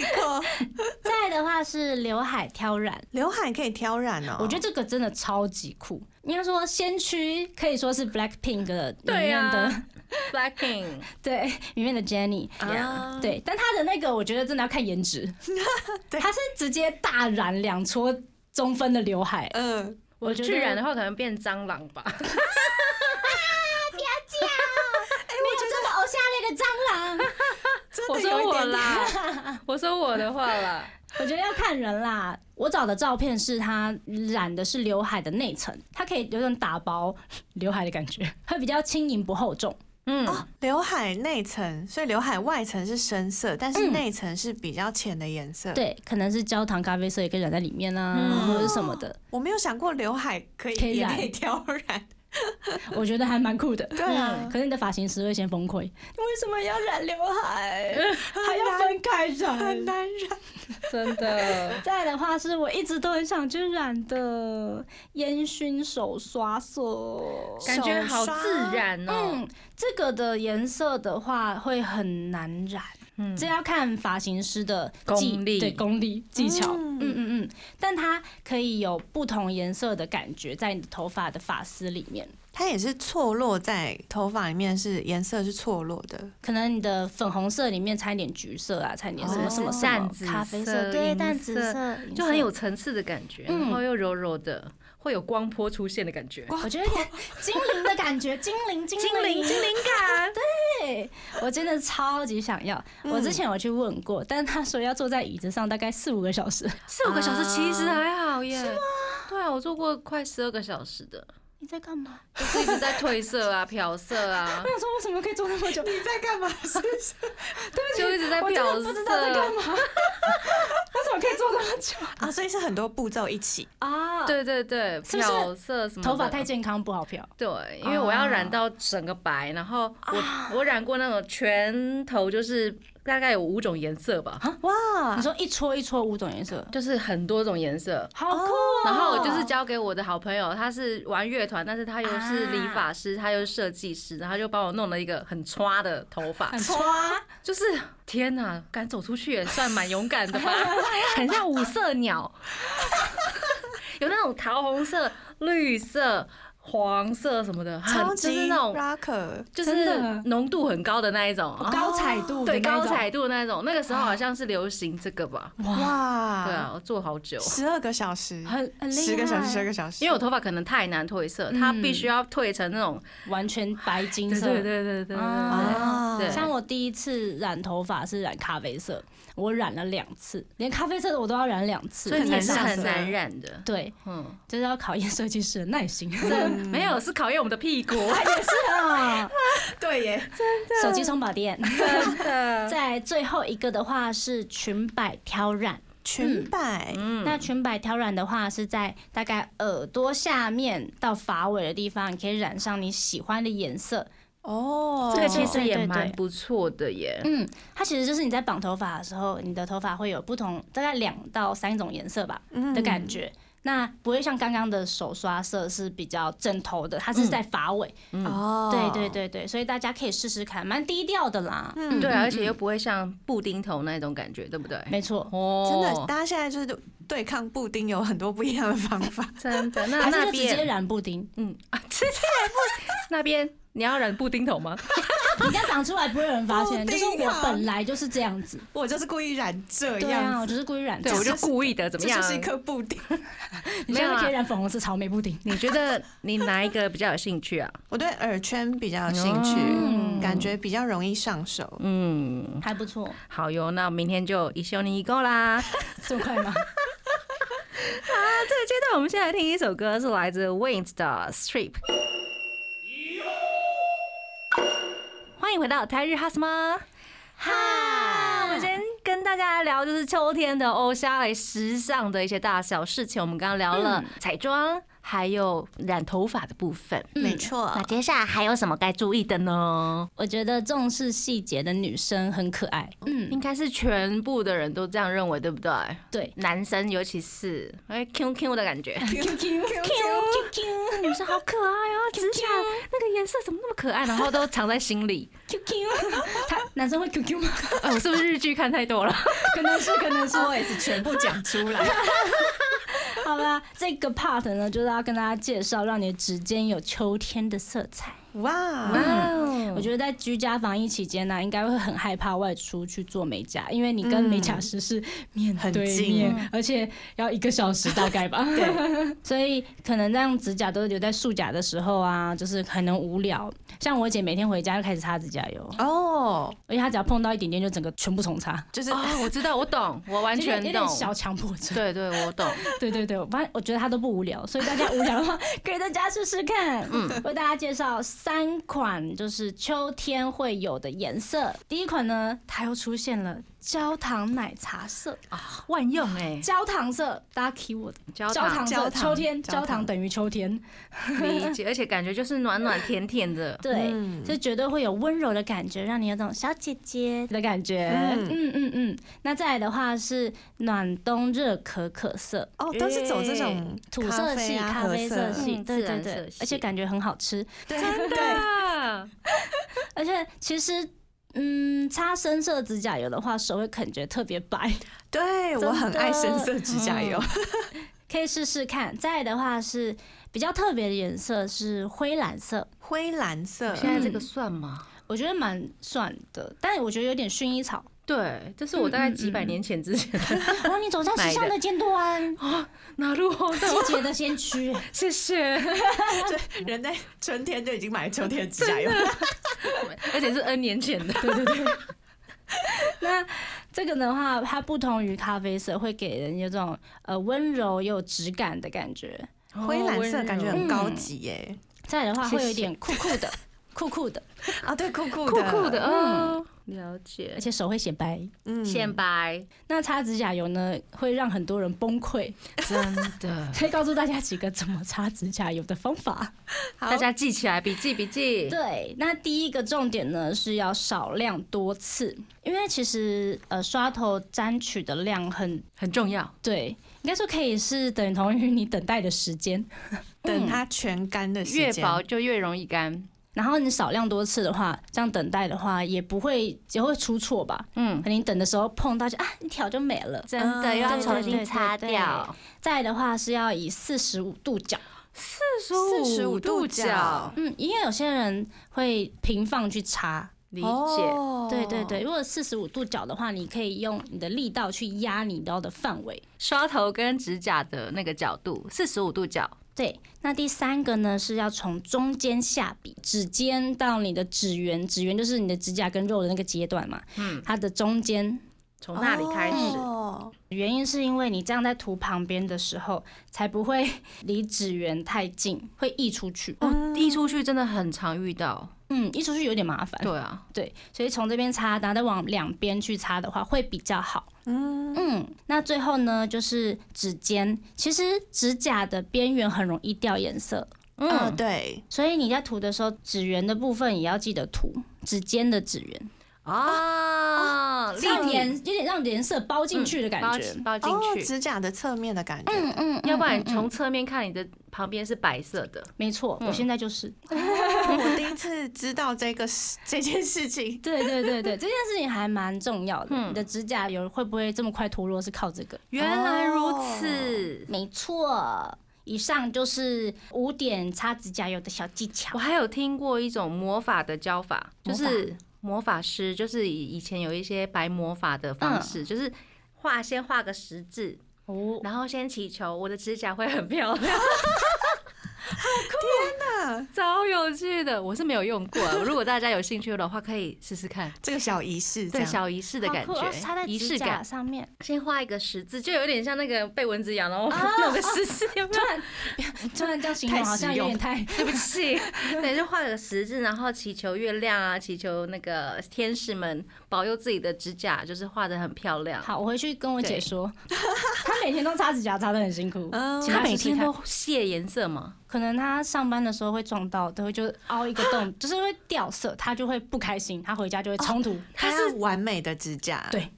B: 再来的话是刘海挑染，
C: 刘海可以挑染哦。
B: 我觉得这个真的超级酷。应该说先驱可以说是 Black Pink 的里
A: 对
B: 面的，
A: 啊，Blacking，
B: 对里面的 Jenny。
C: 啊，
B: 对，但她的那个我觉得真的要看颜值，
C: 对
B: 她是直接大染两撮中分的刘海，
C: 嗯，
A: 我
B: 觉
A: 去
B: 得
A: 染的话可能变蟑螂吧。
B: 没有这么偶像那个蟑螂，
C: 真
A: 我
C: 的
A: 说
C: 有一
A: 我
C: 点 点。
A: 啦，我说我的话啦，
B: 我觉得要看人啦。我找的照片是她染的是刘海的内层，它可以有种打薄刘海的感觉，会比较轻盈不厚重。
A: 嗯，
C: 哦刘海内层，所以刘海外层是深色，但是
B: 嗯
C: 内层是比较浅的颜色。，
B: 对，可能是焦糖咖啡色也可以染在里面啊，
A: 嗯
B: 或者是什么的，
C: 我没有想过刘海可以
B: 可以
C: 也
B: 染
C: 可以挑染。
B: 我觉得还蛮酷的。嗯
C: 对啊
B: 可是你的发型师会先崩溃，你为什么要染刘海？还要分开
C: 很
B: 染？
C: 难染，
A: 真的，
B: 再来的话是我一直都很想去染的烟熏手刷色，
A: 感觉好自然哦。
B: 嗯，这个的颜色的话会很难染，
A: 嗯
B: 这要看发型师的
A: 功
B: 技
A: 力
B: 对功力技巧。
C: 嗯
B: 嗯嗯嗯，但它可以有不同颜色的感觉在你的头发的发丝里面，
C: 它也是错落在头发里面，是颜色是错落的。
B: 可能你的粉红色里面掺一点橘色啊，掺一点什么什么什么
A: 淡紫
B: 咖啡
A: 色
B: 对，
A: 银
B: 淡紫
A: 色
B: 色
A: 就很有。层次的感觉，
B: 嗯
A: 然后又柔柔的，会有光波出现的感觉，
B: 我觉得有点精灵的感 觉，精灵精
A: 精灵
B: 灵
A: 精灵感，
B: 对，我真的超级想要。我之前有去问过，但他说要坐在椅子上大概四五个小时，
A: 四五个小时其实还好耶。啊对啊，我做过快十二个小时的，
B: 你在干嘛？
A: 就是一直在褪色啊、漂色啊
B: 我，想说为什么可以坐那么久？
C: 你在干嘛？
A: 就一直在
B: 我真
A: 漂
B: 的不知道在干
A: 色。
B: 嘛，为什么可以坐那么久？
C: 啊，所以是很多步骤一起。
B: 啊，，
A: 对对对，
B: 是不是
A: 漂色什么的
B: 头发太健康不好漂。
A: 对，因为我要
B: 哦
A: 染到整个白，然后
B: 啊
A: 我我染过那种全头，就是大概有五种颜色吧，
C: 哇
B: 你，说一撮一撮五种颜色，
A: 就是很多种颜色。
B: 好酷哦！
A: 然后我就是交给我的好朋友，他是玩乐团，但是他又是理
B: 啊
A: 发师，他又是设计师，然后他就帮我弄了一个很刷的头发，
C: 刷
A: 就是天哪，敢走出去也算蛮勇敢的吧，很像五色鸟， 有那种桃红色、绿色、黄色什么的，很
C: 超
A: 就是
C: 级
A: 那种
C: rocker，
A: 就是浓度很高的那一种，
B: 哦高彩度的
A: 对
B: 那
A: 高
B: 种
A: 彩度的那一种，那个时候好像是流行这个吧，
C: 哇，
A: 对啊，我做好久。
C: 十二个小时，
B: 很很厉害，
C: 十个小时，十二个小时，
A: 因为我头发可能太难褪色，它必须要褪成那种，
B: 完全白金
A: 对
B: 色。
A: 对对对对对
C: 啊
A: 对
B: 像我第一次染头发是染咖啡色，我染了两次，连咖啡色的我都要染两次。
A: 所以你也是
C: 很难
A: 很
C: 上色
A: 难啊染的，
B: 对，
A: 嗯，
B: 就是要考验设计师的耐 心。
A: 这没有是考验我们的屁 股，
B: 也是 啊，
C: 对耶，
B: 手机充饱电。
A: 真的，
B: 在最后一个的话是裙摆挑染，
C: 裙摆，
A: 嗯
B: 那裙摆挑染的话是在大概耳朵下面到发尾的地方，你可以染上你喜欢的颜色。
C: 哦，
A: 这个其实
B: 对对
A: 也
B: 对
A: 蛮不错的耶，
B: 嗯，它其实就是你在绑头发的时候，你的头发会有不同，大概两到三种颜色吧
A: 嗯
B: 的感觉。那不会像刚刚的手刷色是比较正头的，它是在发尾。
A: 嗯
C: 哦，
B: 对对对对，所以大家可以试试看，蛮低调的啦。
C: 嗯
A: 对啊，而且又不会像布丁头那种感觉，对不对？
B: 没错，
A: 哦
C: 真的，大家现在就是对抗布丁有很多不一样的方法。
A: 真的，那
B: 还是
A: 那
B: 就直接
A: 边，
B: 染布丁，
A: 嗯，啊 直接染布 那边你要染布丁头吗？
B: 你这样长出来不会有人发 现，
C: 布
B: 就
C: 丁
B: 是
C: 啊
B: 我本来就是这样子。
C: 我就是故意染这
B: 对啊，
C: 样
B: 我
C: 子，
B: 就是故意染。
A: 对，我就故意的，怎么
C: 这
A: 样
C: 就？是一颗布丁。
B: 你
A: 没
B: 现
A: 有
B: 在
A: 啊
B: 可以染粉红色草莓布丁。
A: 你觉得你哪一个比较有兴趣啊？
C: 我对耳圈比较有兴
B: 嗯
C: 趣，感觉比较容易上手。
A: 嗯，
B: 还不错，
A: 好哟，那明天就一休你一够啦。
B: 这么快吗？
A: 接着我们先来听一首歌，是来自 Wings 的 Strip。欢迎回到台日哈什么？哈，我们先跟大家聊就是秋天的欧夏来时尚的一些大小事情。我们刚刚聊了彩妆，还有染头发的部分。
C: 没错
A: 那接下来还有什么该注意的呢？
B: 我觉得重视细节的女生很可爱。嗯，
A: 应该是全部的人都这样认为，对不对？
B: 对。
A: 男生尤其是哎 Q Q 的感觉，
C: ，Q Q Q，
A: 女生好可爱哦，指甲那个颜色怎么那么可爱，然后都藏在心里。
B: QQ，他 男生会 QQ 吗？
A: 哦，我是不是日剧看太多了？
B: 可能是，可能是。
C: OS 全部讲出来，
B: 好啦，这个 part 呢，就是要跟大家介绍，让你的指尖有秋天的色彩。
C: 哇，
A: 嗯哦
B: 我觉得在居家防疫期间呢、应该会很害怕外出去做美甲，因为你跟美甲师是面
C: 很
B: 对
C: 近
B: 面，而且要一个小时大概吧。
C: 对，
B: 所以可能让指甲都留在束甲的时候啊，就是可能无聊。像我姐每天回家就开始擦指甲油，
C: 哦，
B: 而且她只要碰到一点点就整个全部重擦，
C: 就是
A: 哦，我知道，我懂，我完
B: 有点
A: 全
B: 有
A: 懂
B: 点。小强迫症。
A: 对对，我懂。
B: 对对对，我发现我觉得他都不无聊，所以大家无聊的话可以在家试试看。嗯，为大家介绍三款就是秋天会有的颜色。第一款呢，它又出现了焦糖奶茶色、
A: 万用哎，
B: 焦糖色，大家 key 我的
A: 焦
B: 焦糖色，
C: 焦糖
B: 秋天
C: 焦糖
B: 焦糖等于秋天，
A: 理 解，而且感觉就是暖暖甜甜的。
B: 对，
C: 嗯
B: 就绝对会有温柔的感觉，让你有种小姐姐的感觉。嗯
C: 嗯
B: 嗯嗯。那再来的话是暖冬热可可色，
C: 哦，都是走这种
B: 土色系、
C: 咖啊
B: 咖啡色系，
A: 嗯
B: 对
A: 自
B: 对
A: 然
B: 对
A: 色系，
B: 而且感觉很好吃。
C: 对对，
A: 啊，
B: 而且其实，嗯，擦深色指甲油的话，手会感觉特别白，
C: 对
B: 真的
C: 我很爱深色指甲油，
B: 可以试试看。再来的话是比较特别的颜色是灰蓝色，
C: 灰蓝色，
A: 现在这个算吗？
B: 我觉得蛮算的，但我觉得有点薰衣草。哦
A: 对，这是我大概几百年前之 前的。
B: 哇，你走在时尚的尖端，
A: 哪路？
B: 季节的先驱。
A: 谢谢。
C: 就人在春天就已经买了秋天指甲油，
A: 而且是 N 年前的。 对对对。
B: 那这个的话，它不同于咖啡色，会给人有种呃温柔又有质感的感觉。
C: 灰蓝色感觉
A: 温柔
C: 很高级耶，
B: 再来的话，
A: 谢
B: 会有一
A: 谢
B: 点酷酷的，酷酷的。
C: 啊，对，酷酷
A: 酷酷的，
C: 嗯
A: 嗯，了解
B: 而。且手会显白。
C: 嗯
A: 显白，
B: 那擦指甲油呢，会让很多人崩溃，
A: 真的，
B: 所以告诉大家几个怎么擦指甲油的方法。
A: 大家记起来，笔记笔记。
B: 对，那第一个重点呢是要少量多次，因为其实呃刷头沾取的量很
A: 很重要，
B: 对，应该说可以是等同于你等待的时间。
C: 等它全干的时
A: 越
C: 间，
A: 薄就越容易干。
B: 然后你少量多次的话，这样等待的话也不会也会出错吧？
A: 嗯，
B: 可能你等的时候碰到就啊一条就没了。
A: 真
C: 嗯
A: 的又要
C: 对
A: 重
B: 对对
A: 新擦
B: 对
A: 掉。
B: 再来的话是要以四十五度角，
A: 四
C: 45度角，
B: 嗯，因为有些人会平放去擦。
A: 理解。
B: 对对对，如果四十五度角的话，你可以用你的力道去压你到的范围。
A: 刷头跟指甲的那个角度，四十五度角。
B: 对，那第三个呢是要从中间下笔，指尖到你的指缘，指缘就是你的指甲跟肉的那个阶段嘛，
A: 嗯，
B: 它的中间。
A: 从那里开始。
C: 哦
B: 原因是因为你这样在涂旁边的时候，才不会 离指缘太近，会溢出去。
A: 哦，滴出去真的很常遇到。
B: 嗯，溢出去有点麻烦。
A: 对啊，
B: 对，所以从这边擦，然后再往两边去擦的话，会比较好。嗯那最后呢，就是指尖，其实指甲的边缘很容易掉颜色，
C: 嗯，
A: 嗯，
C: 对，
B: 所以你在涂的时候，指缘的部分也要记得涂指尖的指缘，
A: 啊，立
B: 让
A: 体
B: 颜有点让颜色嗯包进去的感
A: 包
B: 觉。
A: 包
C: 哦
A: 进，去，
C: 指甲的侧面的感觉，
B: 嗯嗯，
A: 要不然
B: 嗯嗯
A: 从侧面看你的旁边是白色的。
B: 没错，我
A: 嗯
B: 现在就是。
C: 我第一次知道这个事这件事情，
B: 对对对对，这件事情还蛮重要的。
A: 嗯
B: 你的指甲油会不会这么快脱落，是靠这个。
A: 原来如此，
B: 没错，以上就是五点擦指甲油的小技巧
A: 我。还有听过一种魔法的教法，就
B: 魔法
A: 是魔法师，就是以以前有一些白魔法的方式，就是画先画个十字，
B: 哦，
A: 然后先祈求我的指甲会很漂 亮。好酷！啊天哪，超有趣的，我是没有用过啊、如果大家有兴趣的话，可以试试看。
C: 这个小仪式，这
A: 对，
C: 样
A: 小仪式的感
B: 好酷
A: 觉
B: 哦插在，
A: 仪
B: 指
A: 式
B: 甲
A: 感。
B: 上 面，
A: 先画一个十字，就有点像那个被蚊子咬，然后弄个十字，有没有？
B: 突然这样形容
C: 太
B: 好像
C: 实
B: 有点
C: 用
B: 太……
A: 对不起，对，就画个十字，然后祈求月亮啊，祈求那个天使们保佑自己的指甲，就是画的很漂亮。
B: 好，我回去跟我姐说， 她每天都擦指甲，擦的很辛苦。
C: 嗯
B: 请
A: 他
B: 她
A: 每
B: 试试
A: 天
B: 看
A: 都卸颜色嘛，
B: 可能她上班的时候会撞到，都会就凹一个
C: 啊
B: 洞，就是会掉色，她就会不开心，她回家就会冲突。
C: 它是完美的指甲，
B: 对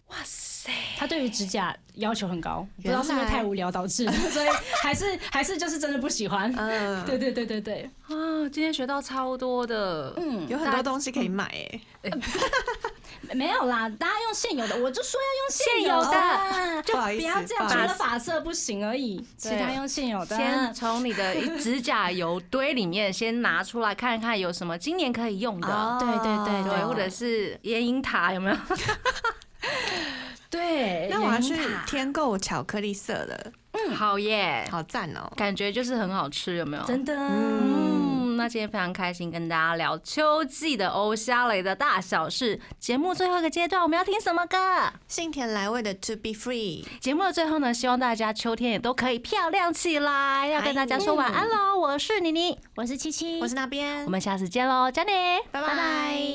B: 她对于指甲要求很高，不知道是不是
C: 原来
B: 太无聊导致的，所以还是还是就是真的不喜欢。
C: 嗯，
B: 对对对对对，
A: 啊，今天学到超多的，
B: 嗯，
C: 有很多东西可以买欸诶，
B: 没有啦，大家用现有的，我就说要用有
A: 现
B: 就
C: 不好意思
B: 不要这样，
C: 不
B: 除
C: 好意
B: 了
C: 思
B: 发色不行而已，其
A: 对
B: 他用现有的。
A: 先从你的指甲油堆里面先拿出来看看有什么今年可以用的，
B: 对对对
A: 对，或者是眼影塔有没有？
B: 对，
C: 那我要去
B: 原因塔
C: 添购巧克力色了，
A: 好耶，
C: 好赞哦，
A: 感觉就是很好吃，有没有？
B: 真的，
A: 嗯，那今天非常开心跟大家聊秋季的欧夏雷的大小事。节目最后一个阶段，我们要听什么歌？
C: 幸田来未的 To Be Free，
A: 节目的最后呢，希望大家秋天也都可以漂亮起来。要跟大家说晚
B: 哎
A: 安喽，我是妮妮，
B: 我是七七，
C: 我是那边
A: 我，们下次见喽，加你。
C: 拜拜。